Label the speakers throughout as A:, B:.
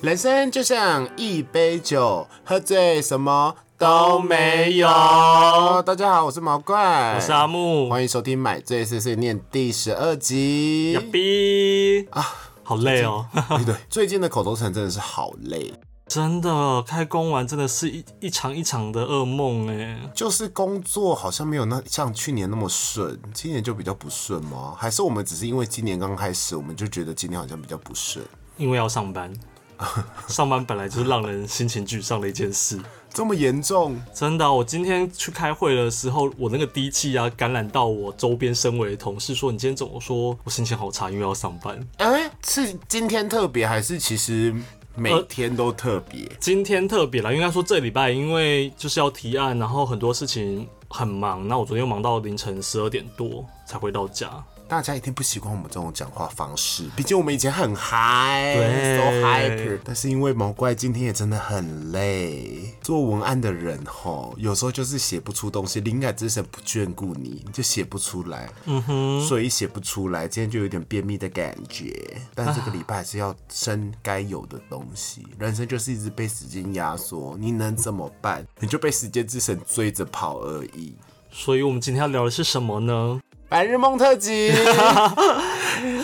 A: 人生就像一杯酒，喝醉什么都
B: 都
A: 没
B: 没
A: 有
B: 有。
A: 大家好，我是毛怪，
B: 我是阿木，
A: 欢迎收听《买醉碎碎念》第十二集哎
B: 呀。逼啊，好累哦，
A: 对对，最近的口头禅真的是好累，
B: 真的，开工完真的是一一场一场的噩梦哎。
A: 就是工作好像没有那像去年那么顺，今年就比较不顺吗？还是我们只是因为今年刚开始，我们就觉得今年好像比较不顺？
B: 因为要 上班，上班本来就是让人心情沮丧的一件事。
A: 这么严重？
B: 真的啊、我今天去开会的时候，我那个低气压啊感染到我周边身为的同事，说你今天怎么说？我心情好差，因为要上班。
A: 哎、是今天特别还是其实每
B: 呃
A: 天都特别？
B: 今天特别啦，应该说这礼拜因为就是要提案，然后很多事情很忙，那我昨天又忙到凌晨十二点多才回到家。
A: 大家一定不习惯我们这种讲话方式，毕竟我们以前很嗨
B: 对
A: ，so hyper。但是因为毛怪今天也真的很累，做文案的人吼，有时候就是写不出东西，灵感之神不眷顾你，你就写不出来，嗯哼，所以写不出来，今天就有点便秘的感觉。但这个礼拜还是要生该有的东西，人生就是一直被时间压缩，你能怎么办？你就被时间之神追着跑而已。
B: 所以我们今天要聊的是什么呢？
A: 白日梦特辑，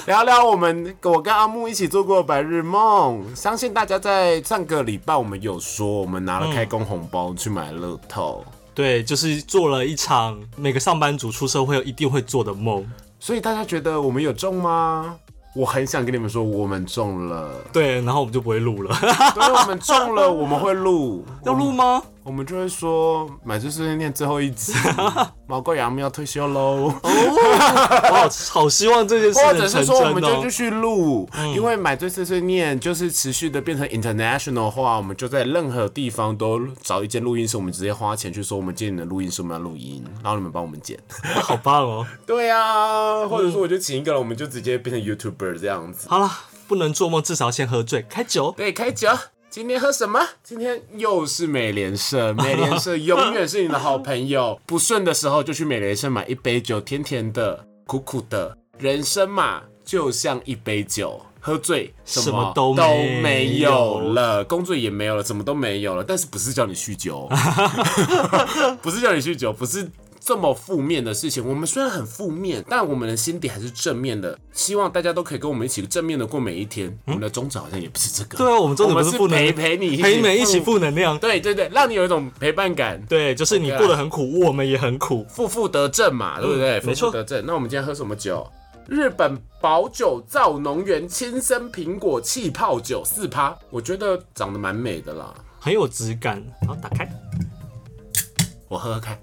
A: 聊聊我们我跟阿木一起做过的白日梦。相信大家在上个礼拜我们有说，我们拿了开工红包去买乐透，
B: 对，就是做了一场每个上班族出社会后一定会做的梦。
A: 所以大家觉得我们有中吗？我很想跟你们说，我们中了，
B: 对，然后我们就不会录 了。
A: 对，我们中了，我们会录，
B: 要录吗？
A: 我们就会说买醉碎碎念最后一集，毛怪杨木要退休喽。
B: 我好好希望这件事
A: 或
B: 能
A: 者
B: 成
A: 是嗯说我们
B: 真
A: 就继
B: 哦。
A: 续录，因为买醉碎碎念就是持续的变成 international 化，我们就在任何地方都找一间录音室，我们直接花钱去说我们今天的录音室我们要录音，然后你们帮我们剪。
B: 好棒哦！
A: 对啊，或者说我就请一个人，我们就直接变成 YouTuber 这样子。
B: 好了，不能做梦，至少要先喝醉，开酒。
A: 对，开酒。今天喝什么？今天又是美联 社，美联社永远是你的好朋 友。不顺的时候就去美联社买一杯酒，甜甜的，苦苦的。人生嘛，就像一杯酒，喝醉什么
B: 什么都
A: 没
B: 没
A: 有
B: 有
A: 了，工作也没有了，什么都没有了。但是不是叫你酗 酒？不是叫你酗酒，不是这么负面的事情。我们虽然很负面，但我们的心底还是正面的。希望大家都可以跟我们一起正面的过每一天。我们的宗旨好像也不是这个，
B: 嗯对啊，我们重
A: 我
B: 点
A: 们
B: 不
A: 是
B: 负能
A: 陪陪你，
B: 陪你们一起负能量。
A: 对对对，让你有一种陪伴感，
B: 对，就是你过得很苦，我们也很苦。
A: 负负得正嘛，对不对？
B: 嗯
A: 负
B: 没错
A: 负得正。那我们今天喝什么酒？日本宝酒造农园亲生苹果气泡酒四趴，我觉得长得蛮美的啦。
B: 很有质感。然后打开，
A: 我喝喝看。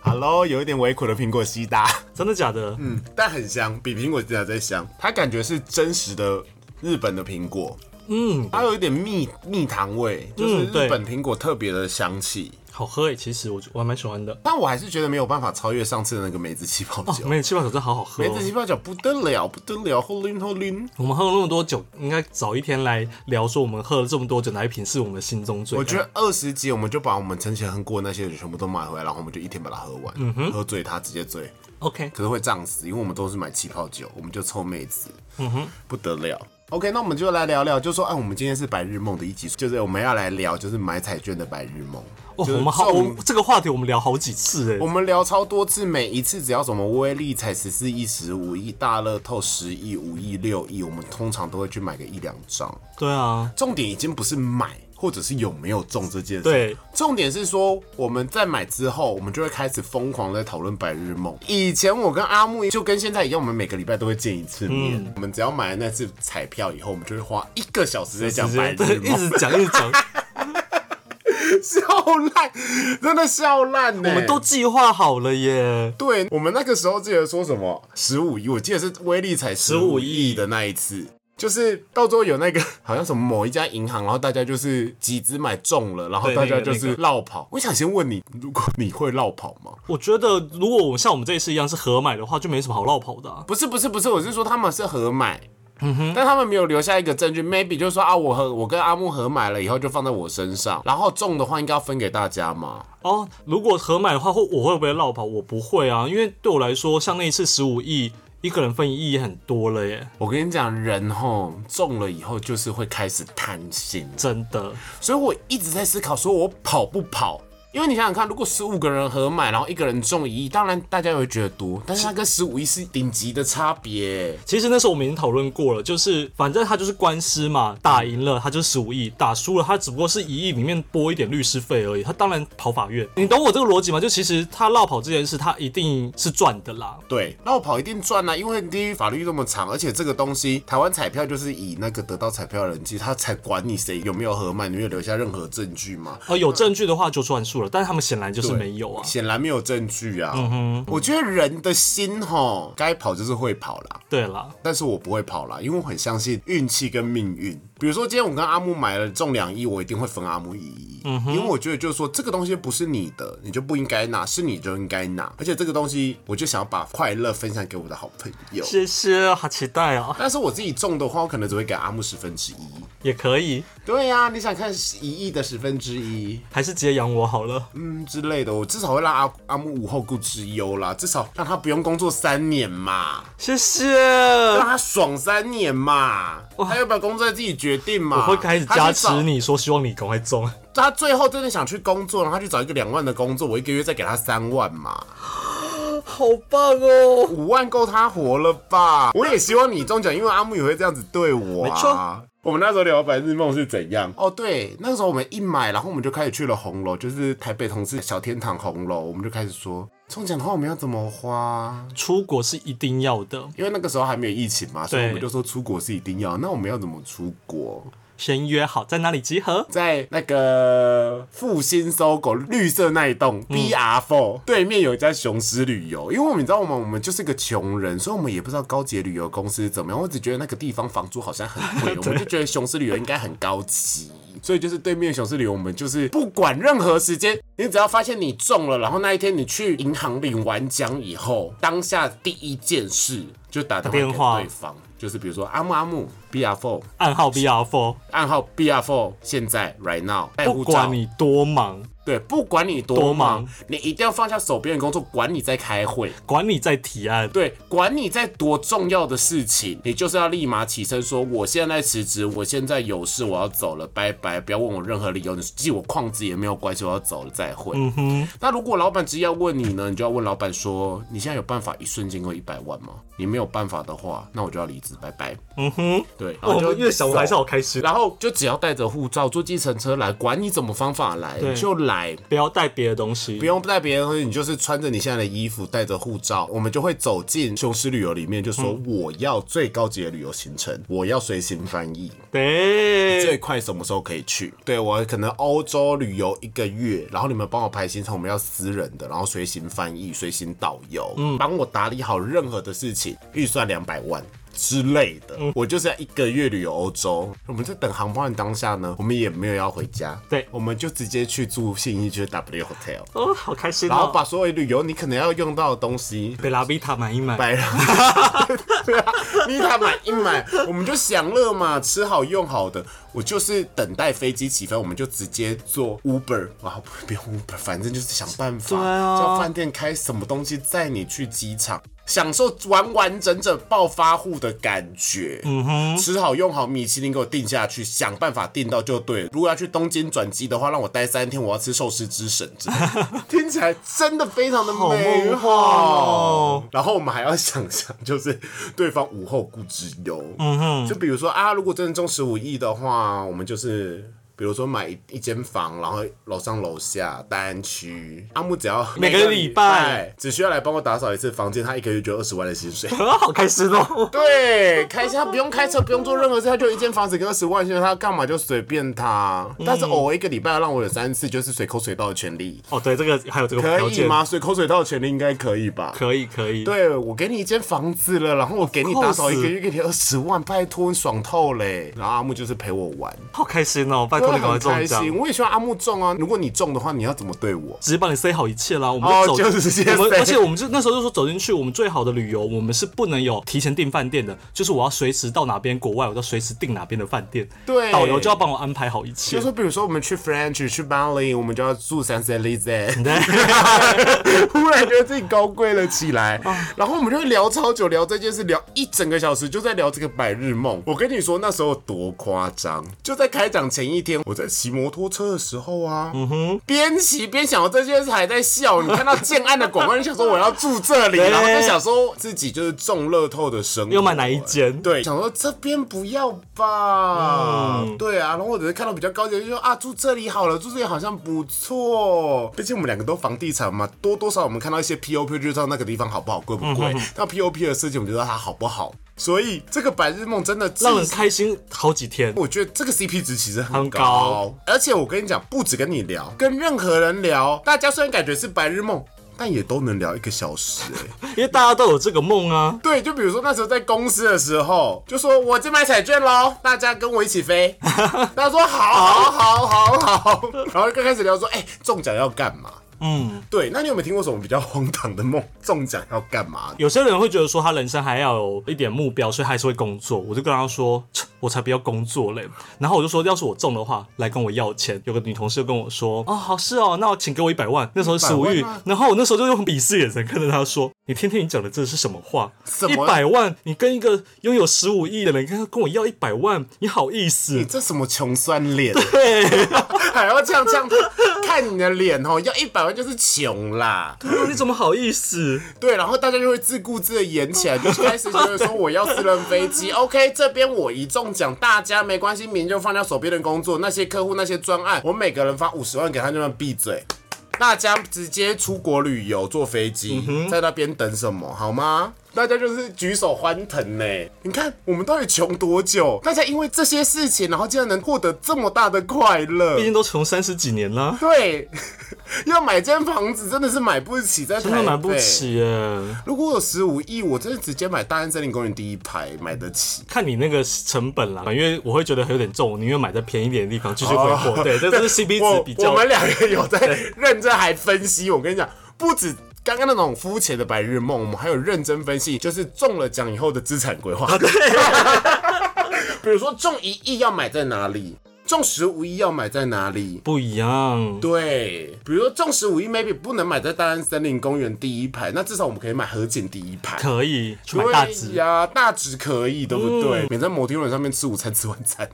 A: Hello，有一点微苦的苹果西达。
B: 真的假的？
A: 嗯，但很香，比苹果西达再香。它感觉是真实的日本的苹果，
B: 嗯，
A: 它有一点蜜蜜糖味，就是
B: 嗯对
A: 日本苹果特别的香气。
B: 好喝诶，其实我我还蛮喜欢的。哦
A: 但我还是觉得没有办法超越上次的那个梅子气泡酒。
B: 梅子气泡酒真的好好喝、
A: 梅子
B: 哦。
A: 气泡酒不得了，不得了，后晕后晕。
B: 我们喝了那么多酒，应该早一天来聊说我们喝了这么多酒，哪一瓶是我们心中最爱？
A: 我觉得二十集我们就把我们之前喝过的那些酒全部都买回来，然后我们就一天把它喝完，喝醉它直接醉，
B: OK，
A: 可是会胀死，因为我们都是买气泡酒，我们就臭妹子，嗯哼，不得了。OK，那我们就来聊聊，就说，哎，我们今天是白日梦的一集，就是我们要来聊，就是买彩券的白日梦。就
B: 哦，
A: 是
B: 我们好，
A: 这种
B: 我这个话题我们聊好几次欸
A: 我
B: 诶。
A: 们聊超多次，每一次只要什么威力才十四亿、十五亿、大乐透十亿、五亿、六亿，我们通常都会去买个一两张。
B: 对啊，
A: 重点已经不是买或者是有没有中这件事，
B: 对，
A: 重点是说我们在买之后，我们就会开始疯狂在讨论白日梦。以前我跟阿木就跟现在一样，我们每个礼拜都会见一次面。
B: 嗯
A: 我们只要买了那次彩票以后，我们就会花一个小时在讲
B: 直
A: 白
B: 接对
A: 日
B: 一
A: 梦，
B: 直讲一直讲，
A: 笑烂，真的笑烂呢、
B: 我们都计划好了耶。
A: 对我们那个时候记得说什么十五亿，我记得是威力才十五
B: 15
A: 亿
B: 亿
A: 的那一次，就是到最后有那个 好像什么某一家银行，然后大家就是集资买中了，然后
B: 对
A: 大
B: 那
A: 家
B: 个
A: 就是
B: 那
A: 绕跑。我想先问你，如果你会绕跑吗？
B: 我觉得如果我们像我们这一次一样是合买的话，就没什么好绕跑的、啊。
A: 不是不是不是，我是说他们是合买。
B: 嗯
A: 但他们没有留下一个证据，maybe 就是说啊，我和我跟阿木合买了以后就放在我身上，然后中的话应该要分给大家嘛。
B: 哦，如果合买的话，会我会不会绕跑？我不会啊，因为对我来说，像那一次十五亿，一个人分一亿也很多了耶，
A: 我跟你讲，人吼中了以后就是会开始贪心，
B: 真的。
A: 所以我一直在思考，说我跑不跑？因为你想想看，如果十五个人合买，然后一个人中一亿，当然大家会觉得多，但是它跟十五亿是顶级的差别。
B: 其实那时候我们已经讨论过了，就是反正他就是官司嘛，打赢了他就十五亿，打输了他只不过是一亿里面拨一点律师费而已，他当然跑法院。你懂我这个逻辑吗？就其实他绕跑这件事，他一定是赚的啦。
A: 对，那我跑一定赚啊啦、因为地域法律那么长，而且这个东西台湾彩票就是以那个得到彩票的人气，他才管你谁有没有合买，你没有留下任何证据吗？
B: 呃，有证据的话就算数了，但是他们显然就是没有啊。
A: 显然没有证据啊。我觉得人的心吼，该跑就是会跑啦。
B: 对啦，
A: 但是我不会跑啦，因为我很相信运气跟命运。比如说今天我跟阿木买了中两亿，我一定会分阿木一亿，因为我觉得就是说这个东西不是你的，你就不应该拿，是你就应该拿。而且这个东西，我就想要把快乐分享给我的好朋友。
B: 谢谢，好期待啊，
A: 但是我自己中的话，我可能只会给阿木十分之一。
B: 也可以，
A: 对呀、你想看一亿的十分之一，
B: 还是直接养我好了。
A: 嗯之类的，我至少会让阿阿木无后顾之忧啦，至少让他不用工作三年嘛。
B: 谢谢。
A: 让他爽三年嘛，他要不要工作自己决定嘛。
B: 我会开始加持
A: 他去
B: 你说，希望你赶快中。
A: 找。他最后真的想去工作，然后他去找一个两万的工作，我一个月再给他三万嘛，
B: 好棒哦！
A: 五万够他活了吧？我也希望你中奖，因为阿木也会这样子对我、啊。
B: 没错。
A: 我们那时候聊白日梦是怎样？哦，对，那时候我们一买，然后我们就开始去了红楼，就是台北同事小天堂红楼，我们就开始说中奖的话我们要怎么花？
B: 出国是一定要的，
A: 因为那个时候还没有疫情嘛，所以
B: 对
A: 我们就说出国是一定要。那我们要怎么出国？
B: 先约好在哪里集合。
A: 在那个复兴搜狗绿色那一栋 BR Four 对面有一家雄狮旅游，因为我们你知道吗？我们就是个穷人，所以我们也不知道高级的旅游公司怎么样。我只觉得那个地方房租好像很贵，我们就觉得雄狮旅游应该很高级。所以就是对面雄狮旅游，我们就是不管任何时间，你只要发现你中了，然后那一天你去银行领完奖以后，当下第一件事就打电
B: 电话
A: 话给对方，就是比如说阿木阿木 BR Four。
B: 暗号 BR Four，
A: 暗号 B R Four，现在 right now，带
B: 不
A: 哎护照
B: 管你多忙，
A: 对，不管你多
B: 多
A: 忙，
B: 忙
A: 你一定要放下手边的工作，管你在开会，
B: 管你在提案，
A: 对，管你在多重要的事情，你就是要立马起身说，我现在辞职，我现在有事，我要走了，拜拜，不要问我任何理由，你记我旷职也没有关系，我要走了，再会。嗯哼。那如果老板直接要问你呢，你就要问老板说，你现在有办法一瞬间给我一百万吗？你没有办法的话，那我就要离职，拜拜。嗯哼，对，然后
B: 哦
A: 就啊走
B: 好开心。
A: 然后就只要带着护照坐计程车来，管你怎么方法来
B: 对
A: 就来，
B: 不要带别的东西
A: 不，用带别人东西，你就是穿着你现在的衣服，带着护照，我们就会走进雄狮旅游里面，就说我要最高级的旅游行程，我要随行翻译，
B: 对，
A: 最快什么时候可以去？对我可能欧洲旅游一个月，然后你们帮我排行程，我们要私人的，然后随行翻译、随行导游，
B: 嗯
A: 帮我打理好任何的事情，预算两百万。之类的，
B: 嗯
A: 我就是要一个月旅游欧洲。我们在等航班的当下呢，我们也没有要回家，
B: 对
A: 我们就直接去住信义区的 W Hotel，
B: 哦，好开心
A: 然后
B: 哦！
A: 把所有旅游你可能要用到的东西
B: 贝拉比塔买一买，
A: 摆了， 对啊，你他买一买，我们就享乐嘛，吃好用好的。我就是等待飞机起飞，我们就直接坐 Uber，啊，不不用 Uber，反正就是想办法，
B: 啊
A: 叫饭店开什么东西载你去机场。享受完完整整暴发户的感觉，嗯哼，吃好用好，米其林给我定下去，想办法订到就对了。如果要去东京转机的话，让我待三天，我要吃寿司之神之类 的，听起来真的非常的
B: 好
A: 美
B: 梦幻
A: 好。
B: 哦！
A: 然后我们还要想象，就是对方无后顾之忧。嗯哼，就比如说啊，如果真的中十五亿的话，我们就是。比如说买一一间房，然后楼上楼下单区，阿木只要
B: 每个
A: 每
B: 礼拜
A: 只需要来帮我打扫一次房间，他一个月就二十万的薪水。
B: 啊，好开心哦！
A: 对，开车不用开车，不用做任何事，他就一间房子跟二十万薪水，他干嘛就随便他。
B: 嗯
A: 但是偶尔一个礼拜要让我有三次就是随口随到的权利，
B: 哦，对，这个还有这个
A: 可
B: 条
A: 以
B: 件，
A: 吗？随口随到的权利应该可以吧？
B: 可以，可以，
A: 对，我给你一间房子了，然后我给你打扫一个
B: course
A: 月，给你二十万，拜托，你爽透嘞。然后阿木就是陪我玩，
B: 好开心哦！拜赶
A: 会
B: 快赶快
A: 很
B: 中
A: 开
B: 奖，
A: 心。我也希望阿木中啊！如果你中的话，你要怎么对我？
B: 直接帮你塞好一切啦。我们
A: 哦
B: 走，
A: 就直接
B: 我们
A: 塞
B: 而且我们就那时候就说走进去，我们最好的旅游，我们是不能有提前订饭店的，就是我要随时到哪边国外，我就随时订哪边的饭店。
A: 对
B: 导游就要帮我安排好一切
A: 就。说比如说我们去 French 去 Bali，我们就要住 s a n s e l i z e
B: 对
A: 忽然觉得自己高贵了起来，
B: 哦
A: 然后我们就会聊超久，聊这件事，聊一整个小时，就在聊这个百日梦。我跟你说那时候有多夸张，就在开讲前一天，我在骑摩托车的时候啊，嗯哼，边骑边想这件事还在笑。你看到建案的广告，你想说我要住这里，
B: 对
A: 然后在想说自己就是中乐透的生活，
B: 要买哪一间
A: 对，想说这边不要吧，
B: 嗯
A: 对啊，然后我只是看到比较高级的，就说啊住这里好了，住这里好像不错。毕竟我们两个都房地产嘛，多多少我们看到一些 POP 就知道那个地方好不好，贵不贵。那 POP 的事情我们就知道它好不好。所以这个白日梦真的
B: 让人开心好几天。
A: 我觉得这个 CP 值其实很
B: 很高
A: 而且我跟你讲，不止跟你聊，跟任何人聊，大家虽然感觉是白日梦，但也都能聊一个小时、欸。
B: 因为大家都有这个梦啊。
A: 对，就比如说那时候在公司的时候，就说我去买彩券喽，大家跟我一起飞。大家说好，好，好，好，好。然后刚开始聊说，哎、中奖要干嘛？
B: 嗯，
A: 对，那你有没有听过什么比较荒唐的梦？中奖要干嘛？
B: 有些人会觉得说他人生还要有一点目标，所以还是会工作。我就跟他说，切我才不要工作嘞。然后我就说，要是我中的话，来跟我要钱。有个女同事就跟我说，哦，好是哦，那我请给我一百万。那时候是五
A: 100
B: 亿
A: 万啊吗，
B: 然后我那时候就用鄙视眼神看着他说，你听听你讲的这是什么话？
A: 什
B: 一
A: 么
B: 百万，你跟一个拥有十五亿的人跟跟我要一百万，你好意
A: 你
B: 思？
A: 这什么穷酸脸，
B: 对，
A: 还要这样这样看你的脸哦？要一百万就是穷啦。
B: 你怎么好意思？
A: 对，然后大家就会自顾自的演 起来，就开始就是说我要私人飞机，OK，这边我一中奖，大家没关系，明天就放掉手边的工作，那些客户那些专案，我每个人发五十万给他，就们闭嘴。大家直接出国旅游，坐飞
B: 嗯
A: 机，在那边等什么好吗？大家就是举手欢腾呢。你看我们到底穷多久？大家因为这些事情，然后竟然能获得这么大的快乐
B: 毕。竟都穷三十几年啦，
A: 对， 要买间房子真的是买不起，在
B: 真的买
A: 台
B: 不
A: 北
B: 起耶。
A: 如果我有十五亿，我真的直接买大安森林公园第一排，买得起。
B: 看你那个成本啦，因为我会觉得有点重，我宁愿买在便宜一点的地方继续挥霍。哦 对，这是 CP 值比
A: 我
B: 较
A: 我。们两个有在认真还分析，我跟你讲，不止。刚刚那种肤浅的白日梦，我们还有认真分析，就是中了奖以后的资产规
B: 啊
A: 划。对， 比如说中一亿要买在哪里，中十五亿要买在哪里，
B: 不一样，
A: 对，比如说中十五亿 maybe 不能买在大安森林公园第一排，那至少我们可以买河景第一排。
B: 可以去买大嗯
A: 对
B: 只
A: 呀、大直可以，对不对？每在摩天轮上面吃午餐、吃晚餐，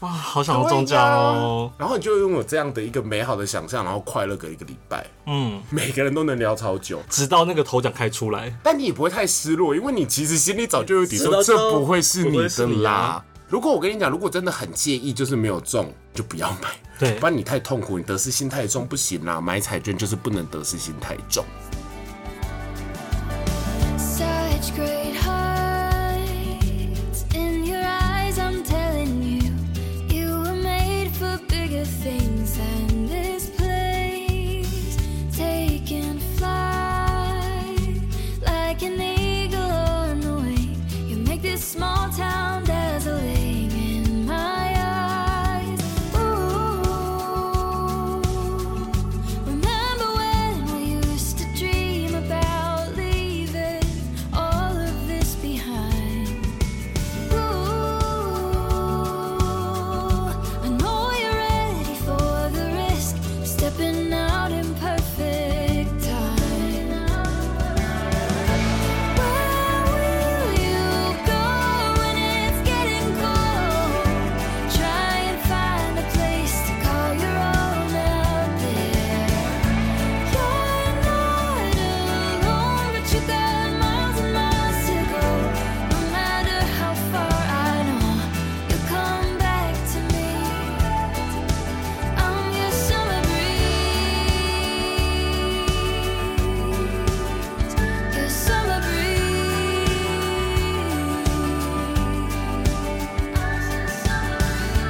B: 哇，好想要中奖哦。
A: 然后你就拥有这样的一个美好的想象，然后快乐个一个礼拜，
B: 嗯，
A: 每个人都能聊超久，
B: 直到那个头奖开出来，
A: 但你也不会太失落，因为你其实心里早就有底，
B: 知
A: 说
B: 道
A: 这不会是你
B: 不会是
A: 的
B: 你啊
A: 啦。如果我跟你讲，如果真的很介意，就是没有中，就不要买，
B: 对
A: 不然你太痛苦，你得失心太重，不行啦。买彩券就是不能得失心太重。
C: Such great heights in your eyes, I'm telling you. You were made for bigger things than this place. Taking flight like an eagle on the wing. You make this small town dazzling in my eyes. Ooh. Remember when we used to dream about leaving all of this behind? Ooh, I know you're ready for the risk, stepping out in perfect time. Where will you go when it's getting cold? Try and find a place to call your own out there. You're not alone, but you got miles and miles to go. No matter how far I know, you'll come back to me. I'm your summer breeze. Your summer breeze.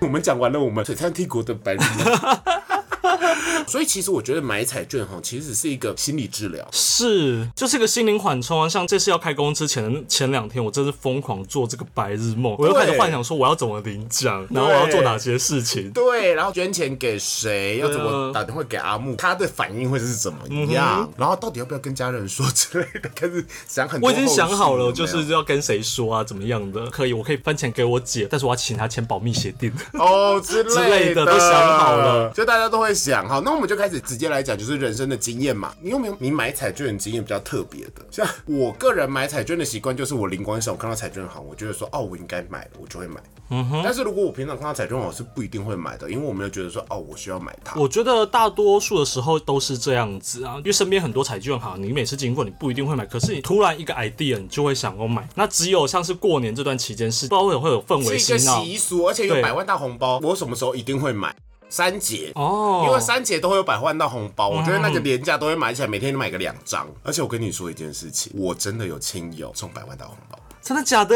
A: 我们讲完了我们璀璨帝国的白日梦，所以其实我觉得买彩券哈，其实是一个心理治疗。
B: 是，就是一个心灵缓冲啊。像这次要开工之前的前两天，我真是疯狂做这个白日梦，我又开始幻想说我要怎么领奖，然后我要做哪些事情。
A: 对，然后捐钱给谁，要怎么
B: 对啊
A: 打电话给阿木，他的反应会是怎么
B: 嗯
A: 样？然后到底要不要跟家人说之类的，开始想很多
B: 我
A: 后
B: 已
A: 续有
B: 经
A: 没有。
B: 想好了，就是要跟谁说啊，怎么样的？可以，我可以分钱给我姐，但是我要请她签保密协定。
A: 哦之类
B: 之类的都想好了
A: 就大家都会想好。那我们就开始直接来讲，就是人生的经验嘛。你有没有你买彩券的经验比较特别的？像我个人买彩券的习惯，就是我灵光一闪，我看到彩券行，我觉得说哦，我应该买了，我就会买。嗯哼。但是如果我平常看到彩券行，我是不一定会买的，因为我没有觉得说哦，我需要买它。
B: 我觉得大多数的时候都是这样子啊，因为身边很多彩券行，你每次经过你不一定会买，可是你突然一个 idea 你就会想要买。那只有像是过年这段期间是，不知道会有会有氛围
A: 是一个
B: 洗脑。
A: 习俗，而且有
B: 啊对
A: 百万大红包，我什么时候一定会买？三节
B: 哦
A: 因为三节都会有百万大红包，我觉得那个廉价都会买起来，每天都买个两张。而且我跟你说一件事情，我真的有亲友中百万大红包，
B: 真的假的？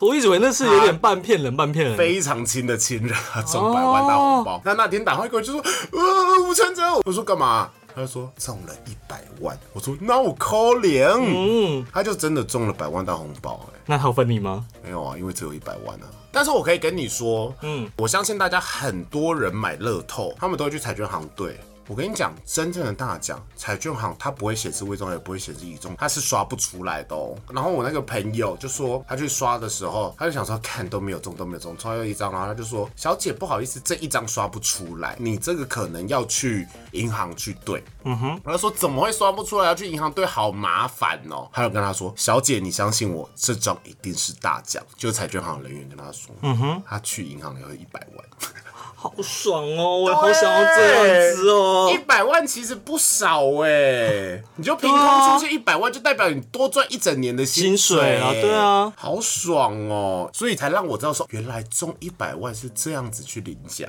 B: 我一直以为那是有点半骗人，半骗人。
A: 非常亲的亲人啊中百万大红
B: 哦
A: 包。那那天打电话给我就说，呃，吴承泽，我说干嘛？他就说中了一百万，我说那我扣零，嗯，他就真的中了百万大红包、哎。
B: 那他有分你吗？
A: 没有啊，因为只有一百万啊。但是我可以跟你说，嗯，我相信大家很多人买乐透，他们都会去彩券行兑。我跟你讲，真正的大奖，彩券行它不会显示未中，也不会显示已中，它是刷不出来的哦。然后我那个朋友就说，他去刷的时候，他就想说，看都没有中，都没有中，抽到一张，然后他就说，小姐不好意思，这一张刷不出来，你这个可能要去银行去兑。然后说怎么会刷不出来？要啊去银行兑好麻烦哦。还有跟他说，小姐，你相信我，这张一定是大奖。就彩券行人员跟他说，嗯哼，他去银行要一百万，
B: 好爽哦，我好想要这样子哦
A: 哎一。百万其实不少哎、你就凭空出去一百万，就代表你多赚一整年的薪
B: 啊薪水啊对啊，
A: 好爽哦。所以才让我知道说，原来中一百万是这样子去领奖。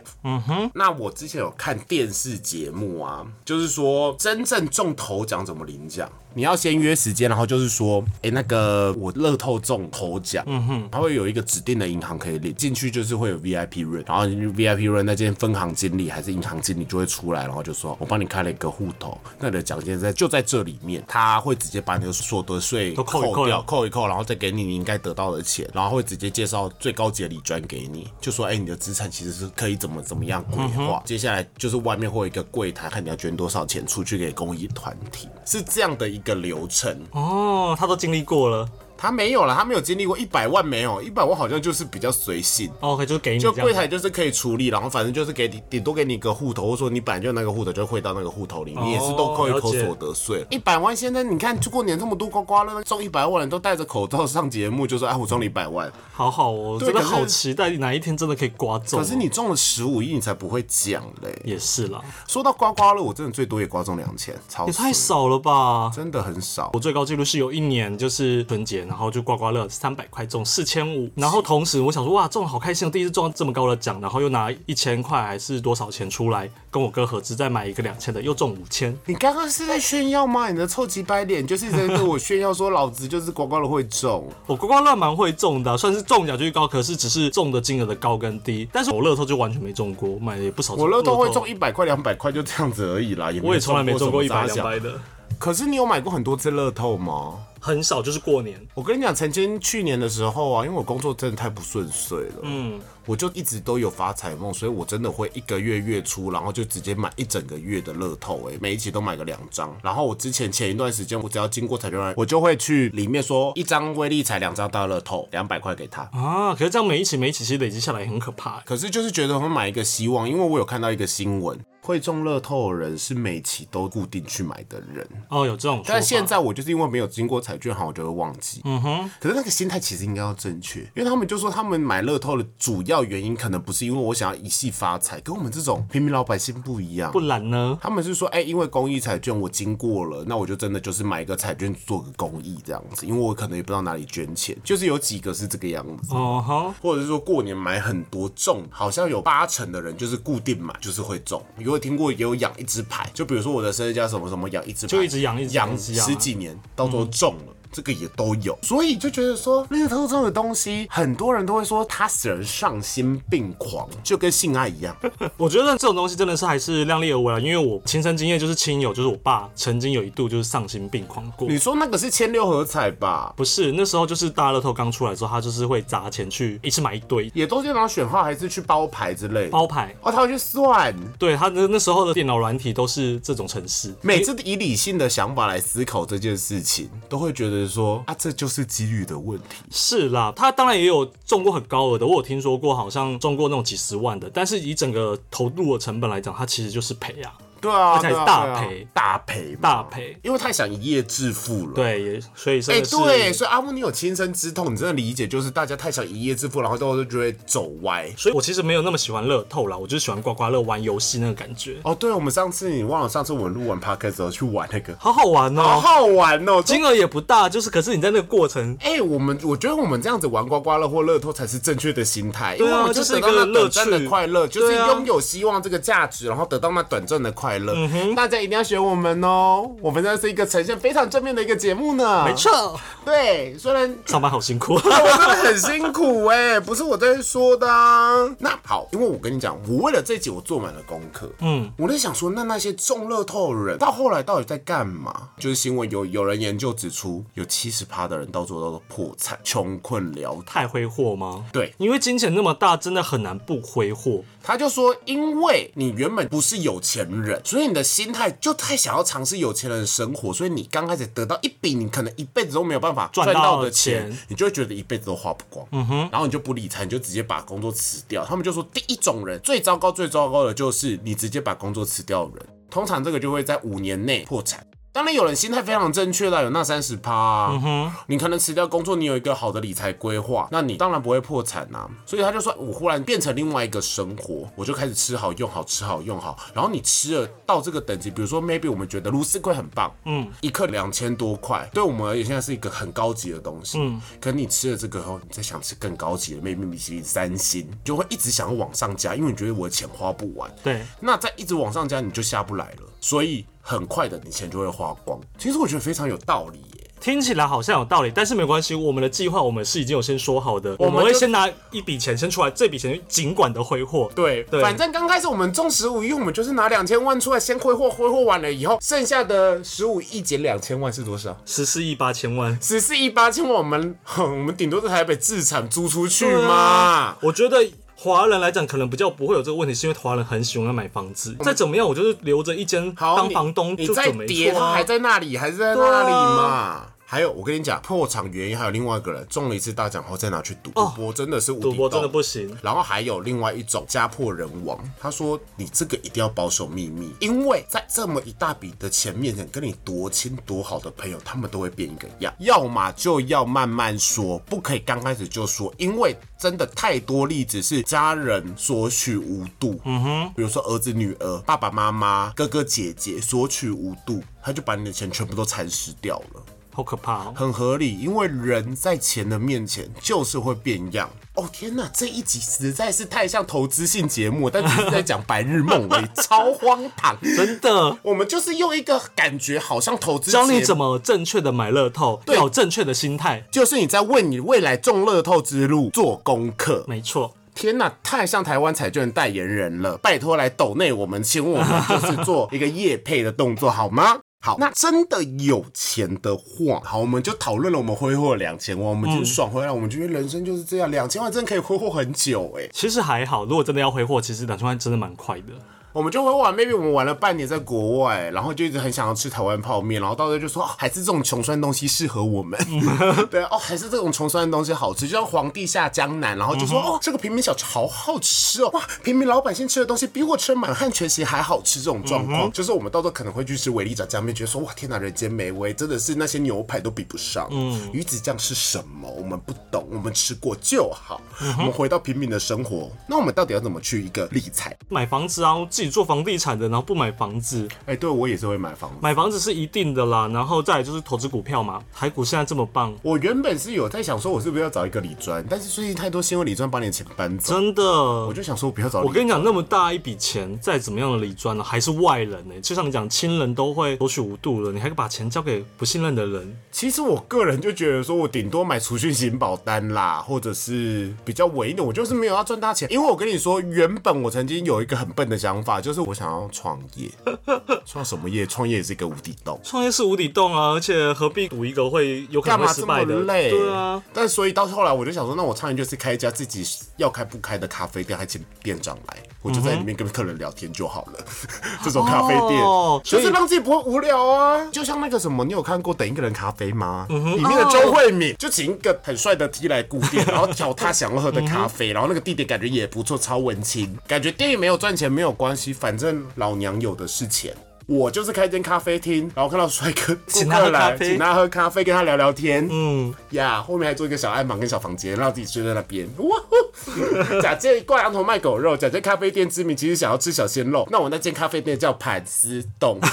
A: 那我之前有看电视节目啊，就是说真正中头奖怎么领奖，你要先约时间，然后就是说，诶，那个我乐透中头奖，嗯哼，它会有一个指定的银行可以领进去，就是会有 VIP room，然后你就 VIP room 那间分行经理还是银行经理就会出来，然后就说我帮你开了一个户头，那你的奖金在就在这里面，他会直接把你的所得税
B: 都扣一扣
A: 掉
B: 了，
A: 扣一扣，然后再给你你应该得到的钱，然后会直接介绍最高级的理专给你，就说哎、你的资产其实是可以怎么怎么样规划。接下来就是外面会有一个柜台，看你要捐多少钱出去给公益团体，是这样的一个流程。
B: 哦，他都经历过了。
A: 他没有啦，他没有经历过一百万，没有一百万好像就是比较随性。
B: 哦 OK，就给你
A: 就
B: 这
A: 柜
B: 样。
A: 台就是可以处理，然后反正就是给你顶多给你一个户头，或者说你本来就那个户头就汇到那个户头里，你也是都扣一
B: 了
A: 扣
B: 解
A: 所得税。哦一百万现在你看过年这么多刮刮乐中一百万人都戴着口罩上节目，就说哎我中了一百万，
B: 好好哦，
A: 对
B: 真的
A: 可是
B: 好期待哪一天真的可以刮中哦。
A: 可是你中了十五亿你才不会讲嘞。
B: 也是啦，
A: 说到刮刮乐，我真的最多也刮中两千，超
B: 也太
A: 死，
B: 少了吧。
A: 真的很少
B: 我。最高纪录是有一年就是春节，然后就刮刮乐三百块中四千五，然后同时我想说哇中了好开心，哦，第一次中到这么高的奖，然后又拿一千块还是多少钱出来跟我哥合资再买一个两千的，又中五千，
A: 你刚刚是在炫耀吗？你的臭鸡掰脸就是在跟我炫耀说老子就是刮刮乐会中。
B: 我刮刮乐蛮会中的啊、算是中奖几率高，可是只是中的金额的高跟低，但是我乐透就完全没中过，我买了也不少，
A: 我乐透会中。一百块、两百块，就这样子而已啦。也
B: 我也从来没中过一
A: 什么
B: 百
A: 大
B: 两
A: 奖
B: 百的，
A: 可是你有买过很多次乐透吗？
B: 很少，就是过年。
A: 我跟你讲，曾经去年的时候啊，因为我工作真的太不顺遂了，嗯，我就一直都有发财梦，所以我真的会一个月月初，然后就直接买一整个月的乐透、欸，哎，每一期都买个两张。然后我之前前一段时间，我只要经过彩券行，我就会去里面说一张威力彩，两张大乐透，两百块给他。
B: 啊，可是这样每一期每一期其实累积下来也很可怕欸。
A: 可是就是觉得我买一个希望，因为我有看到一个新闻，会中乐透的人是每期都固定去买的人。
B: 哦，有这种说法。
A: 但现在我就是因为没有经过彩券行，我就会忘记。嗯哼。可是那个心态其实应该要正确，因为他们就说他们买乐透的主要原因可能不是因为我想要一系发财，跟我们这种平民老百姓不一样
B: 不。然呢？
A: 他们是说，哎、因为公益彩券我经过了，那我就真的就是买一个彩券做个公益这样子，因为我可能也不知道哪里捐钱，就是有几个是这个样子。
B: 哦哈，
A: 或者是说过年买很多中，好像有八成的人就是固定买，就是会中。有听过也有养一只牌，就比如说我的生日叫什么什么养一只牌，
B: 就一直养一直养
A: 养嗯
B: 一直养啊
A: 十几年，到时候中了。这个也都有，所以就觉得说那个特征的东西，很多人都会说他使人丧心病狂，就跟性爱 一样。
B: 我觉得这种东西真的是还是量力而为啊，因为我亲身经验就是亲友，就是我爸曾经有一度就是丧心病狂过。
A: 你说那个是千六合彩吧？
B: 不是那时候就是大乐透刚出来之后，他就是会砸钱去一次买一堆
A: 也都经常选号还是去包牌之类的？
B: 包牌。
A: 哦，他会去算。
B: 对他的那时候的电脑软体都是这种程式，
A: 每次以理性的想法来思考这件事情，都会觉得说啊，这就是几率的问题。
B: 是啦，他当然也有中过很高额的，我有听说过，好像中过那种几十万的，但是以整个投入的成本来讲，它其实就是赔啊，
A: 对啊，
B: 而且还是
A: 对啊
B: 大赔
A: 对啊大赔嘛
B: 大赔
A: 因为太想一夜致富了。。
B: 对，也所以真
A: 哎、
B: 的是、
A: 对，所以阿木，你有亲身之痛，你真的理解，就是大家太想一夜致富，然后到最后就会走歪。
B: 所以我其实没有那么喜欢乐透啦，我就是喜欢刮刮乐玩游戏那个感觉，
A: 哦，对，我们上次你忘了，上次我们录完 p o d c a s 时候去玩那个，
B: 好好玩哦、
A: 好好玩哦。今
B: 金额也不大，就是可是你在那个过程，
A: 哎、我们我觉得我们这样子玩刮刮乐或乐透才是正确的心态，因
B: 对啊
A: 为我们
B: 就是
A: 得
B: 一
A: 到那
B: 个乐
A: 短暂的
B: 趣
A: 快乐，就是
B: 对啊
A: 拥有希望这个价值，然后得到那短暂的快乐。
B: 嗯
A: 大家一定要学我们哦，我们这是一个呈现非常正面的一个节目呢。
B: 没，错，
A: 对，虽然
B: 上班好辛苦。
A: 我真的很辛苦哎、不是我在说的啊。那好，因为我跟你讲，我为了这集我做满了功课，嗯，我在想说，那那些中乐透的人到后来到底在干嘛？就是新闻有有人研究指出，有七十趴的人到最后都破产、穷困潦倒。
B: 太挥霍吗？
A: 对
B: 因为金钱那么大，真的很难不挥霍。
A: 他就说，因为你原本不是有钱人，所以你的心态就太想要尝试有钱人的生活，所以你刚开始得到一笔你可能一辈子都没有办法
B: 赚
A: 赚到
B: 到
A: 的
B: 的
A: 钱
B: 钱，
A: 你就会觉得一辈子都花不光，嗯哼，然后你就不理财，你就直接把工作辞掉。他们就说，第一种人最糟糕、最糟糕的就是你直接把工作辞掉的人，通常这个就会在五年内破产。当然，有人心态非常正确啦，有那三十趴，嗯哼，你可能辞掉工作，你有一个好的理财规划，那你当然不会破产呐、所以他就说，我忽然变成另外一个生活，我就开始吃好用好，吃好用好。然后你吃了到这个等级，比如说 maybe 我们觉得卢丝葵很棒，嗯，一克两千多块，对我们而言现在是一个很高级的东西，嗯，可你吃了这个后，你再想吃更高级的 maybe 米其林三星，你就会一直想要往上加，因为你觉得我的钱花不完，
B: 对，
A: 那再一直往上加，你就下不来了，所以很快的，你钱就会花光。其实我觉得非常有道理耶。
B: 听起来好像有道理，但是没关系，我们的计划我们是已经有先说好的，
A: 我
B: 我
A: 们就
B: 们会先拿一笔钱先出来，这笔钱尽管的挥霍。
A: 对，
B: 对
A: 反正刚开始我们中十五亿，我们就是拿两千万出来先挥霍，挥霍完了以后，剩下的十五亿减两千万是多少？
B: 十四亿八千万。
A: 十四亿八千万，我们我们顶多在台北自产租出去
B: 对
A: 嘛
B: 啊。我觉得。华人来讲，可能比较不会有这个问题，是因为华人很喜欢买房子。再怎么样，我就是留着一间
A: 嗯好，
B: 当
A: 你
B: 房东
A: 你
B: 就
A: 再
B: 准没
A: 跌，
B: 错
A: 它
B: 啊
A: 还。在那里，还是在
B: 对
A: 那
B: 啊
A: 里嘛。还有，我跟你讲，破产原因还有另外一个人中了一次大奖后再拿去赌，赌
B: 哦
A: 博真的是无底
B: 赌博真的
A: 洞
B: 不行，
A: 然后还有另外一种家破人亡，他说你这个一定要保守秘密，因为在这么一大笔的钱面前，跟你多亲多好的朋友，他们都会变一个样，要么就要慢慢说，不可以刚开始就说，因为真的太多例子是家人索取无度，嗯哼，比如说儿子、女儿、爸爸妈妈、哥哥姐姐索取无度，他就把你的钱全部都蚕食掉了。
B: 好可怕哦！
A: 很合理，因为人在钱的面前就是会变样。哦天哪，这一集实在是太像投资性节目，但只是在讲白日梦而已，超荒 唐。
B: 真的，
A: 我们就是用一个感觉好像投资，
B: 教你怎，么正确的买乐透，
A: 对
B: 要有正确的心态。
A: 就是你在为你未来中乐透之路做功课。
B: 没错，
A: 天哪，太像台湾彩券代言人了！拜托来抖内我们，请我们就是做一个业配的动作好吗？好，那真的有钱的话，好，我们就讨论了。我们挥霍两千万，我们已经爽回来，我们觉得人生就是这样，两千万真的可以挥霍很久哎、
B: 其实还好。如果真的要挥霍，其实两千万真的蛮快的。
A: 我们就挥霍完，maybe 我们玩了半年在国外，然后就一直很想要吃台湾泡面，然后到最后就说、哦还是这种穷酸东西适合我们， 对哦，还是这种穷酸的东西好吃，就像皇帝下江南，然后就说、哦，这个平民小吃好好吃哦，哇，平民老百姓吃的东西比我吃的满汉全席还好吃，这种状况、就是我们到时候可能会去吃维力炸酱面，觉得说哇天哪，人间美味，真的是那些牛排都比不上，嗯，鱼子酱是什么？我们不懂，我们吃过就好，我们回到平民的生活，那我们到底要怎么去一个理财？
B: 买房子啊，自己做房地产的，然后不买房子，
A: 哎、对我也是会买房子。
B: 买房子是一定的啦。然后再来就是投资股票嘛，台股现在这么棒，
A: 我原本是有在想说，我是不是要找一个理专，但是最近太多新闻理专把你的钱搬走，
B: 真的。
A: 我
B: 我
A: 就想说，我不要找理。
B: 跟你讲，那么大一笔钱，再怎么样的理专啊呢，还是外人呢、就像你讲，亲人都会索取无度了，你还把钱交给不信任的人，
A: 其实我个人就觉得说，我顶多买储蓄型保单啦，或者是比较稳一点。我就是没有要赚大钱，因为我跟你说，原本我曾经有一个很笨的想法，就是我想要创业， 创什么业？创业也是一个无底洞。
B: 创业是无底洞啊，而且何必赌一个会有可
A: 干
B: 能会
A: 嘛
B: 失
A: 这
B: 败
A: 么
B: 的？
A: 累？
B: 对啊，。
A: 但所以到后来，我就想说，那我创业就是开一家自己要开不开的咖啡店，还请店长来，我就在里面跟客人聊天就好了。 这种咖啡店，
B: 哦
A: 就
B: 所
A: 是
B: 以
A: 让自己不会无聊啊。就像那个什么，你有看过《等一个人咖啡》吗？
B: 嗯
A: 里面的周慧敏就请一个很帅的 T 来顾店，然后调他想要喝的咖
B: 嗯
A: 啡，然后那个地点感觉也不错，超文青。感觉店也没有赚钱没有关系，反正老娘有的是钱。我就是开一间咖啡厅，然后看到帅哥
B: 请
A: 顾
B: 他
A: 客
B: 喝咖
A: 来，
B: 啡
A: 请他喝咖啡，跟他聊聊天。
B: 嗯，
A: 呀后面还做一个小暗房跟小房间，让自己睡在那边。 哇呼！假借挂羊头卖狗肉，假借咖啡店之名，其实想要吃小鲜肉。那我那间咖啡店叫盘丝洞。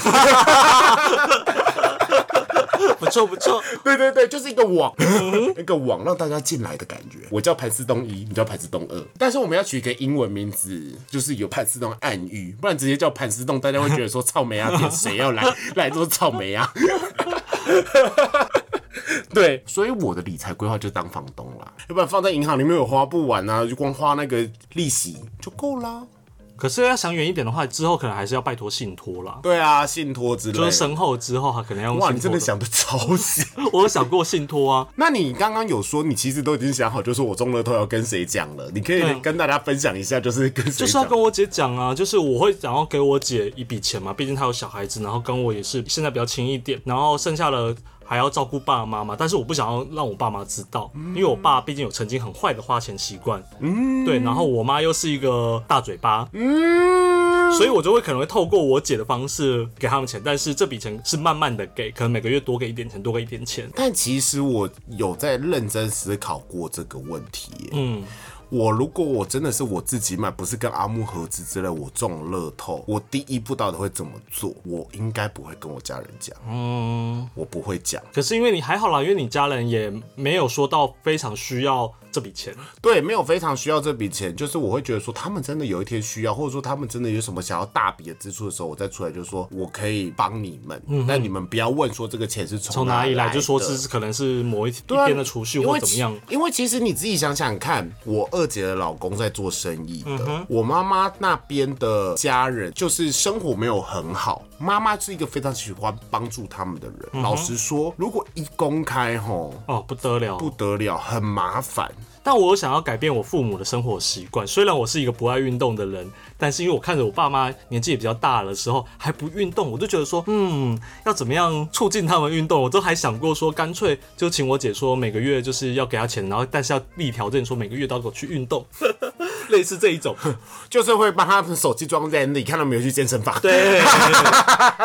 B: 不错不错，
A: 对对对，就是一个网， 一个网让大家进来的感觉。嗯我叫盘丝洞一，你叫盘丝洞二，但是我们要取一个英文名字，就是有盘丝洞暗喻，不然直接叫盘丝洞，大家会觉得说草莓啊，点谁要 来来做草莓啊？对，所以我的理财规划就当房东啦，要不然放在银行里面我花不完啊，就光花那个利息就够啦。
B: 可是要想远一点的话，之后可能还是要拜托信托啦。
A: 对啊，信托之类
B: 就是
A: 的。
B: 身后之后，他可能要用
A: 哇，
B: 信
A: 你真的
B: 托的。
A: 想的超细。
B: 我有想过信 托啊，
A: 那你刚刚有说，你其实都已经想好，就是我中乐透要跟谁讲了，你可以
B: 对
A: 跟大家分享一下，就是跟谁
B: 就是
A: 讲
B: 要。跟我姐讲啊，就是我会想要给我姐一笔钱嘛，毕竟她有小孩子，然后跟我也是现在比较亲一点，然后剩下的还要照顾爸妈嘛，但是我不想要让我爸妈知道，
A: 嗯
B: 因为我爸毕竟有曾经很坏的花钱习惯，嗯，对，然后我妈又是一个大嘴巴，
A: 嗯，
B: 所以我就会可能会透过我姐的方式给他们钱，但是这笔钱是慢慢的给，可能每个月多给一点钱，多给一点钱，
A: 但其实我有在认真思考过这个问题耶。
B: 嗯，
A: 我如果我真的是我自己买，不是跟阿木合资之类，我中乐透，我第一步到底会怎么做？我应该不会跟我家人讲，
B: 嗯。
A: 我不会讲。
B: 可是因为你还好啦，因为你家人也没有说到非常需要这笔钱，
A: 对，没有非常需要这笔钱，就是我会觉得说，他们真的有一天需要，或者说他们真的有什么想要大笔的支出的时候，我再出来就说我可以帮你们，但你们不要问说这个钱是从
B: 嗯从哪里
A: 来
B: 来
A: 的，
B: 就说是可能是某一一
A: 对啊
B: 边的储蓄
A: 因为
B: 或怎么样
A: 其。因为其实你自己想想看，我二姐的老公在做生意
B: 嗯
A: 的，我妈妈那边的家人就是生活没有很好，妈妈是一个非常喜欢帮助他们的人。
B: 嗯
A: 老实说，如果一公开吼。
B: 哦，不得了！
A: 不得了，很麻烦。
B: 但我有想要改变我父母的生活习惯。虽然我是一个不爱运动的人，但是因为我看着我爸妈年纪也比较大的时候还不运动，我就觉得说，嗯，要怎么样促进他们运动？我都还想过说，干脆就请我姐说每个月就是要给她钱，然后但是要立条件说每个月都要给我去运动， 类似这一种。
A: 就是会帮他们手机装在里，看他们有去健身房，，
B: 对，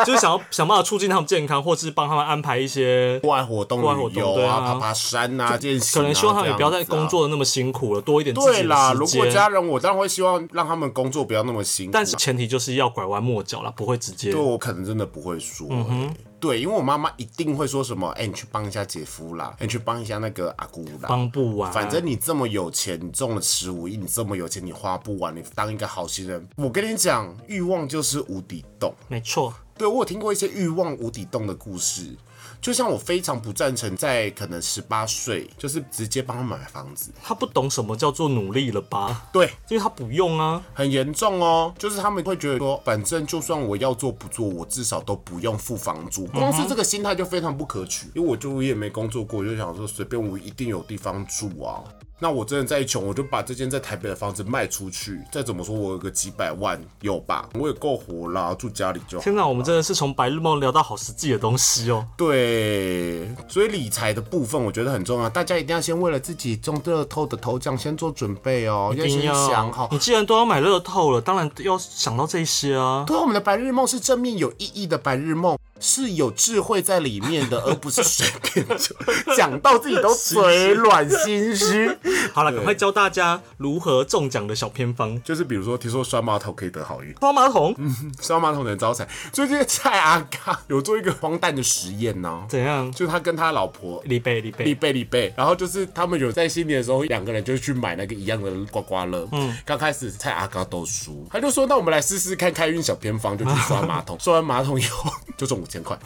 B: 就是想要想办法促进他们健康，或是帮他们安排一些。
A: 户外活动、
B: 户外活
A: 旅
B: 动
A: 游
B: 对
A: 啊，
B: 啊
A: 爬爬山啊，健行、啊，
B: 可能希望他们也不要再
A: 这样子啊
B: 工。作的那么辛苦了，多一点自己的
A: 对啦，如
B: 时
A: 果
B: 间。
A: 家人，我当然会希望让他们工作不要那么辛苦。
B: 但是前提就是要拐弯抹角啦，不会直接
A: 对。我可能真的不会说、
B: 嗯
A: 欸对，因为我妈妈一定会说什么，哎、你去帮一下姐夫啦，哎、你去帮一下那个阿姑啦，
B: 帮不完
A: 反正你这么有钱，你中了十五亿，你这么有钱，你花不完，你当一个好心人。我跟你讲，欲望就是无底洞。
B: 没错，
A: 对我有听过一些欲望无底洞的故事，就像我非常不赞成在可能十八岁就是直接帮他买房子，
B: 他不懂什么叫做努力了吧？
A: 对，
B: 因为他不用啊，
A: 很严重哦。就是他们会觉得说，反正就算我要做不做，我至少都不用付房租，光是这个心态就非常不可取。因为我就我也没工作过，我就想说随便我一定有地方住啊。那我真的再穷，我就把这间在台北的房子卖出去。再怎么说，我有个几百万，有吧？我也够活啦，住家里就好。
B: 天哪，我们真的是从白日梦聊到好实际的东西哦。
A: 对，所以理财的部分我觉得很重要，大家一定要先为了自己中乐透的头奖先做准备哦，
B: 一定
A: 先想
B: 要
A: 好，。
B: 你既然都要买乐透了，当然要想到这些啊。
A: 对，我们的白日梦是正面有意义的白日梦。是有智慧在里面的，而不是随便就讲 到自己都嘴软心虚。
B: 好了，赶快教大家如何中奖的小偏 方。
A: 就是比如说，听说刷马桶可以得好运，
B: 刷马桶、
A: 刷马桶能招财。最近蔡阿嘎有做一个荒诞的实验呢、
B: 怎样？
A: 就他跟他老婆
B: 李贝
A: 李
B: 李贝，
A: 贝李贝，然后就是他们有在新年的时候，两个人就去买那个一样的刮刮乐。嗯，刚开始蔡阿嘎都输，他就说：“那我们来试试看开运小偏方，就去刷马 桶。刷完马桶以后就中五千块。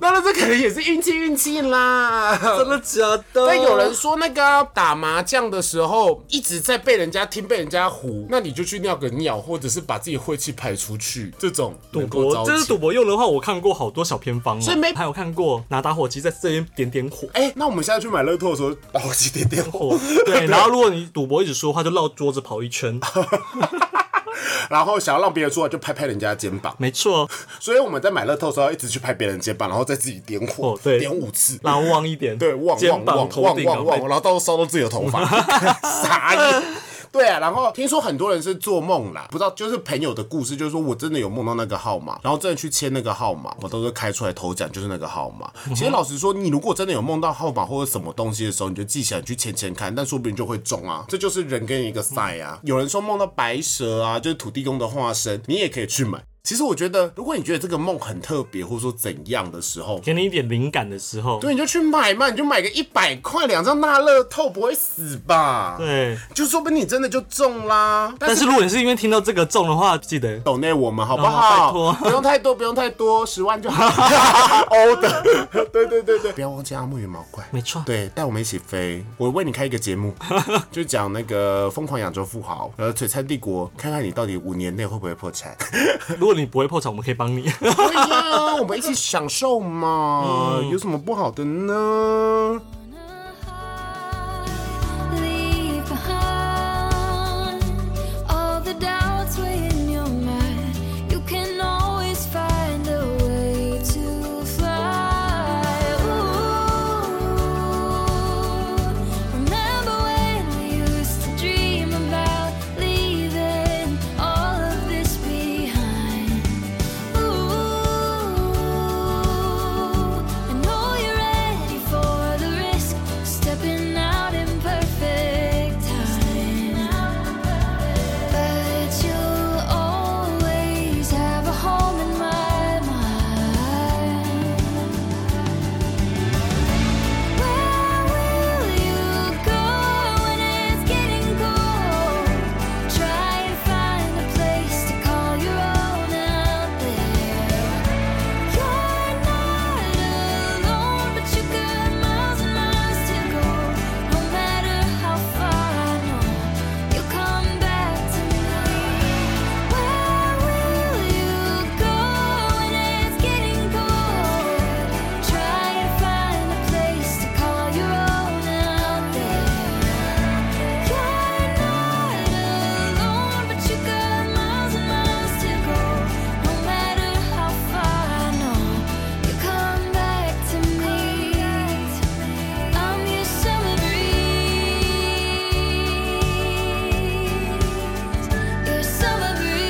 A: 那那这可能也是运气运气啦。
B: 真的假的？
A: 但有人说那个啊、打麻将的时候一直在被人家听被人家胡，那你就去尿个尿，或者是把自己晦气排出去，这种
B: 赌
A: 能够
B: 博，
A: 招
B: 这是
A: 钱
B: 赌。博用的话，我看过好多小偏方哦。
A: 所以没
B: 还有看过拿打火机在这边点点 火。
A: 哎、那我们现在去买乐透的时候，打火机点点火，
B: 火对，然后如果你赌博一直输的话，就绕桌子跑 一圈。
A: 然后想要让别人出来就拍拍人家的肩膀。
B: 没错，
A: 所以我们在买乐透的时候，一直去拍别人肩膀，然后再自己点火，
B: 哦对
A: 点五次，
B: 然后忘一点，
A: 对，旺
B: 肩
A: 旺
B: 膀、
A: 旺
B: 头
A: 旺
B: 顶啊，
A: 旺旺，然后到时候烧到自己的头 发，傻眼。对啊，然后听说很多人是做梦啦，不知道就是朋友的故事，就是说我真的有梦到那个号码，然后真的去签那个号码，我都是开出来头奖就是那个号码。其实老实说，你如果真的有梦到号码或者什么东西的时候，你就记起来你去签签看，但说不定就会中啊。这就是人跟人一个赛啊。有人说梦到白蛇啊，就是土地公的化身，你也可以去买。其实我觉得，如果你觉得这个梦很特别，或者说怎样的时候，
B: 给你一点灵感的时候，
A: 对，你就去买嘛，你就买个一百块两张大乐透，不会死吧？，
B: 对。
A: 就说不定你真的就中啦。
B: 但是如果你是因为听到这个中的话，记得
A: 抖内我们好不
B: 哦
A: 好？
B: 拜托
A: 不用太多，不用太多，十万就 好。欧的，对对对对，不要忘记阿木与毛怪。
B: 没错
A: 对，带我们一起飞。我为你开一个节 目，就讲那个疯狂亚洲富豪，呃，璀璨帝国，看看你到底五年内会不会破 产。
B: 如果你不会破产，我们可以帮你。
A: 对呀，我们一起享受嘛，
B: 嗯
A: 有什么不好的呢？
C: Leave behind all the doubts weighing your mind. You can always find a way to fly. Remember when we used to dream about leaving all of this behind? Ooh, I know you're ready for the risk, stepping out in perfect time. But you'll always have a home in my mind. Where will you go when it's getting cold? Try and find a place to call your own out there. You're not alone, but you got miles and miles to go. No matter how far I know, you'll come back to me. Where will you go when it's getting cold? Try and find a place to call your own out there. You're not alone, but you got miles and miles to go. No matter how far I know, you come back to me. I'm your summer breeze, your summer breeze. Summer breeze.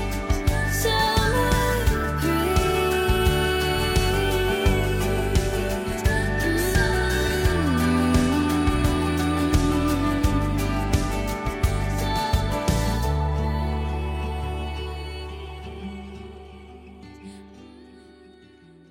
C: Mm.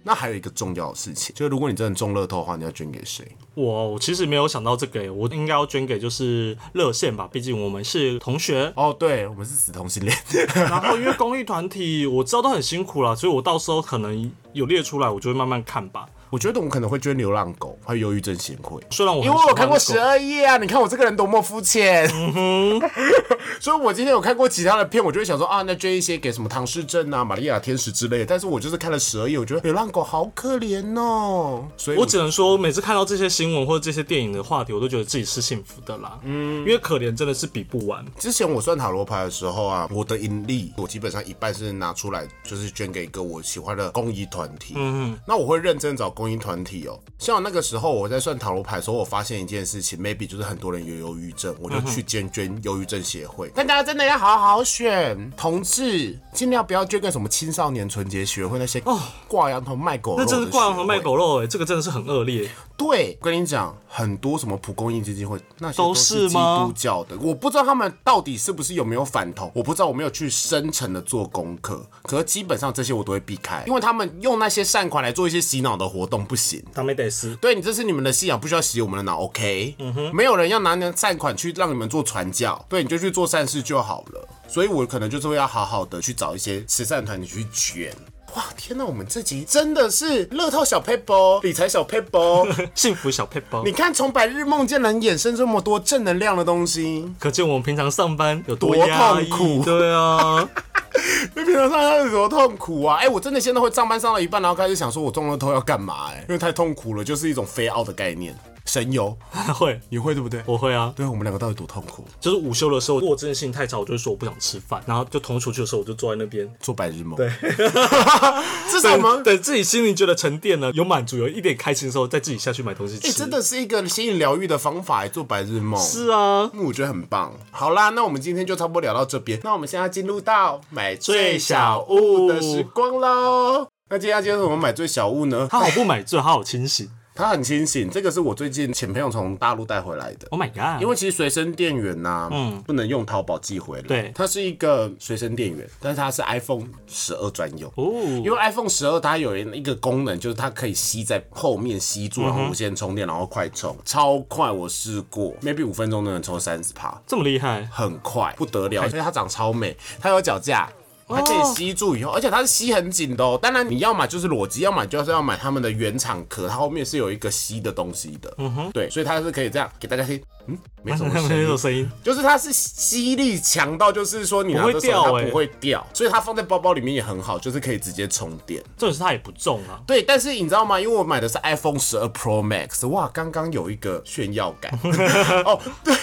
A: 那还有一个重要的事情，就是如果你真的中乐透的话，你要捐给谁？
B: 我我其实没有想到这个耶，我应该要捐给就是热线吧，毕竟我们是同学。
A: 哦，对，我们是死同性恋。
B: 然后因为公益团体我知道都很辛苦啦，所以我到时候可能有列出来，我就会慢慢看吧。
A: 我觉得我们可能会捐流浪狗，还有忧郁症协会，
B: 虽然我
A: 因为我有看过
B: 蛇。
A: 十二夜啊。你看我这个人多么肤浅，嗯 所以我今天有看过其他的片，我就会想说啊，那捐一些给什么唐氏症啊、玛利亚天使之类的。但是我就是看了十二夜，我觉得流浪狗好可怜哦，所以
B: 我只能说，每次看到这些新闻或者这些电影的话题，我都觉得自己是幸福的啦。嗯，因为可怜真的是比不完。
A: 之前我算塔罗牌的时候啊，我的盈利我基本上一半是拿出来，就是捐给一个我喜欢的公益团体。嗯，那我会认真找公益团体哦。像我那个时候我在算塔罗牌的时候，我发现一件事情，maybe 就是很多人有忧郁症，我就去捐捐忧郁症协
B: 嗯
A: 会。但大家真的要好好选，同志尽量不要捐给什么青少年纯洁学会那些挂羊头卖狗肉
B: 哦那
A: 的
B: 真是挂羊头卖
A: 协会
B: 狗肉哎、这个真的是很恶劣。
A: 对，跟你讲，很多什么蒲公英基金会那些
B: 都
A: 是
B: 是
A: 基
B: 吗
A: 督教的，我不知道他们到底是不是有没有反同，我不知道，我没有去深层的做功课。可是基本上这些我都会避开，因为他们用那些善款来做一些洗脑的活动不行。
B: 他没得死，
A: 对你，这是你们的信仰，不需要洗我们的脑，OK？嗯哼，没有人要拿你的善款去让你们做传教，对，你就去做善事就好了。所以我可能就是会要好好的去找一些慈善团体去捐。哇，天哪，我们这集真的是乐透小 paper，理财哦小 paper，哦
B: 幸福小配包
A: 你。看，从白日梦竟然衍生这么多正能量的东西。
B: 可见我们平常上班有多
A: 多
B: 压抑，
A: 痛苦
B: 对啊，
A: 你平常上班有多痛苦啊？哎、我真的现在会上班上到一半，然后开始想说我中了头要干嘛、哎，因为太痛苦了，就是一种非奥的概念。神游，
B: 会，
A: 你会对不对？
B: 我会啊。
A: 对我们两个到底多痛苦？
B: 就是午休的时候，如果真的心情太差，我就会说我不想吃饭，然后就同出去的时候，我就坐在那边，
A: 做白日梦。哎对， 至少我
B: 等
A: 们
B: 等自己心灵觉得沉淀了，有满足，有一点开心的时候，再自己下去买东西吃。
A: 哎、真的是一个心理疗愈的方法、哎做白日梦。
B: 是啊，
A: 嗯我觉得很棒。好啦，那我们今天就差不多聊到这边。那我们现在进入到买最小物的时光喽。那今天要介绍什么买最小物呢？
B: 他好不买醉，他好清醒。
A: 它很清醒，这个是我最近前朋友从大陆带回来的。
B: Oh my god！
A: 因为其实随身电源呐、嗯，不能用淘宝寄回来。
B: 对
A: 它是一个随身电源，但是它是 iPhone 十二专用。因为
B: 哦，
A: iPhone 十二它有一个功能，就是它可以吸在后面吸住，
B: 嗯
A: 然后无线充电，然后快充，超快，我试过，maybe 五分钟都能充三十帕，
B: 这么厉害，
A: 很快，不得了，而且它长超美，它有脚架。
B: 哦
A: 它可以吸住以后，而且它是吸很紧的哦。当然，你要买就是裸机，要买就是要买他们的原厂壳，它后面是有一个吸的东西的。嗯哼，对，所以它是可以这样给大家听，嗯，没什么声
B: 没
A: 音
B: 有， 声音，
A: 就是它是吸力强到，就是说你拿
B: 不会
A: 的时候
B: 掉
A: 它
B: 欸
A: 不会掉，所以它放在包包里面也很好，就是可以直接充电。
B: 重点是他也不重啊。
A: 对，但是你知道吗？因为我买的是 iPhone 十二 Pro Max，哇，刚刚有一个炫耀 感。哦，对，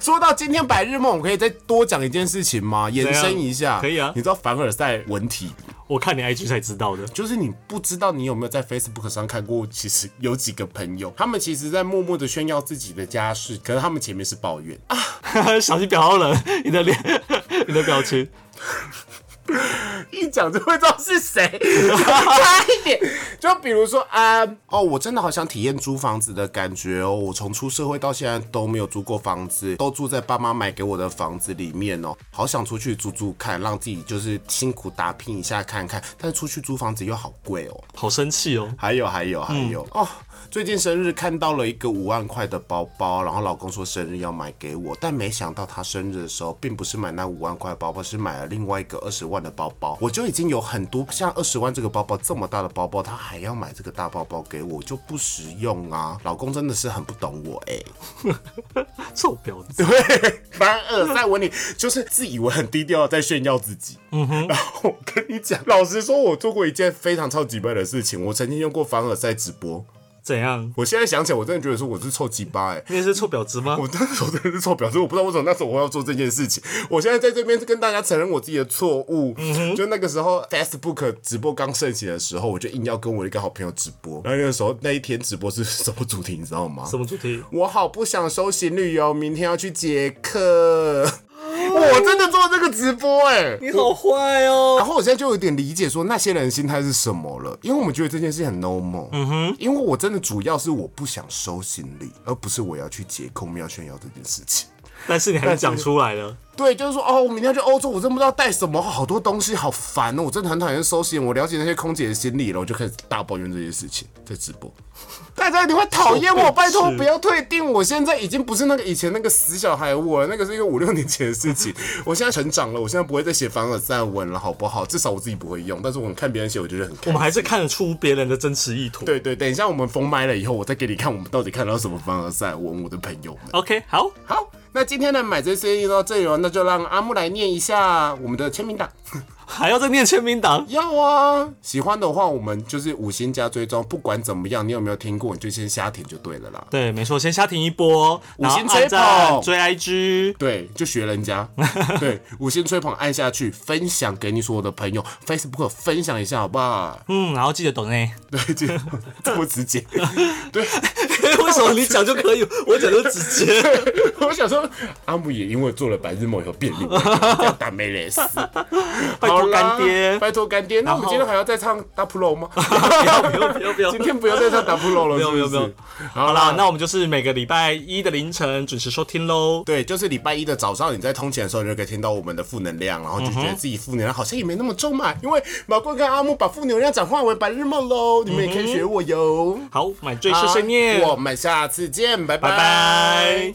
A: 说到今天白日梦，我可以再多讲一件事情吗？延
B: 样
A: 伸一下，
B: 可以啊
A: 你知道凡尔赛文体，
B: 我看你 IG 才知道的。
A: 就是你不知道你有没有在 Facebook 上看过，其实有几个朋友，他们其实在默默的炫耀自己的家事，可是他们前面是抱怨。
B: 小心表到人，你的脸， 你的表情，
A: 一讲就会知道是谁， 差一点。就比如说啊、哦，我真的好想体验租房子的感觉哦。我从出社会到现在都没有租过房子，都住在爸妈买给我的房子里面哦。好想出去住住看，让自己就是辛苦打拼一下看看。但是出去租房子又好贵哦。
B: 好生气哦。
A: 还有还有还有、哦，最近生日看到了一个五万块的包包，然后老公说生日要买给我，但没想到他生日的时候并不是买那五万块的包包，是买了另外一个二十万的包包。我就已经有很多像二十万这个包包这么大的包包，他还要买这个大包包给我，就不实用啊！老公真的是很不懂我 哎、
B: 臭婊子，
A: 对，凡尔赛文理就是自以为很低调，在炫耀自己。嗯哼。然后我跟你讲，老实说，我做过一件非常超级笨的事情，我曾经用过凡尔赛直播。
B: 怎样？
A: 我现在想起来，我真的觉得说我是臭鸡巴哎、
B: 你也是臭婊子吗？
A: 我那时候真的是臭婊子，我不知道为什么那时候我要做这件事情。我现在在这边跟大家承认我自己的错误。
B: 嗯
A: 就那个时候 Facebook 直播刚盛行的时候，我就硬要跟我一个好朋友直播。然后那个时候那一天直播是 什么主题，你知道吗？
B: 什么主题？
A: 我好不想收行旅游，明天要去捷克。
B: 哦
A: 我真的做这个直播哎、
B: 你好坏
A: 然
B: 哦！
A: 后我现在就有点理解说那些人的心态是什么了，因为我们觉得这件事很 normal。嗯哼，因为我真的主要是我不想收行李，而不是我要去解控，我们要炫耀这件事情。
B: 但是你还是讲出来了，
A: 对，就是说哦，我明天要去欧洲，我真不知道带什么，好多东西好烦哦，我真的很讨厌收行李。我了解那些空姐的心理了，我就开始大抱怨这些事情，在直 播。大家一定会讨厌我，拜托不要退订！我现在已经不是那个以前那个死小孩我了，那个是一个五六年前的事情。我现在成长了，我现在不会再写凡尔赛文了，好不好？至少我自己不会用，但是我看别人写，我觉得很开
B: 我
A: 心
B: 们。还是看得出别人的真实意图。
A: 对对，等一下我们封麦了以后，我再给你看我们到底看到什么凡尔赛文，我的朋友们。
B: OK，好，
A: 好，那今天的买醉生意到这里了，那就让阿木来念一下我们的签名档。
B: 还要再念签名档。
A: 要 啊，喜欢的话我们就是五星加追踪，不管怎么样，你有没有听过，你就先瞎听就对了啦。
B: 对，没错，先下停一波，然后
A: 五星吹
B: 按赞、
A: 捧
B: 追 IG，
A: 对，就学人 家，对，五星吹捧按下去，分享给你所有的朋友，Facebook 分享一下好不好？
B: 嗯，然后记得抖 内。
A: 对，就这么直接， 对。
B: 为什么你讲就可以，我讲就直接？
A: 我想说，阿木也因为做了白日梦以后变另外一个人，这样打没蕾丝。拜
B: 托干爹
A: 拜托干爹。那我们
B: 然后
A: 今天还要再唱大 pro 吗？
B: 不要不要不要不要！
A: 今天不要再唱大 pro 了，
B: 没有没有
A: 是不是
B: 没有
A: 好
B: 好
A: 啦，
B: 啦，那我们就是每个礼拜一的凌晨准时收听喽。
A: 对，就是礼拜一的早上，你在通勤的时候，你就可以听到我们的负能量，然后就觉得自己负能量好像也没那么重嘛，因为马棍跟阿木把负能量转化为白日梦喽，你们也可
B: 嗯
A: 以学我哟。
B: 好，买醉碎碎念，
A: 好我们下次见，拜
B: 拜拜。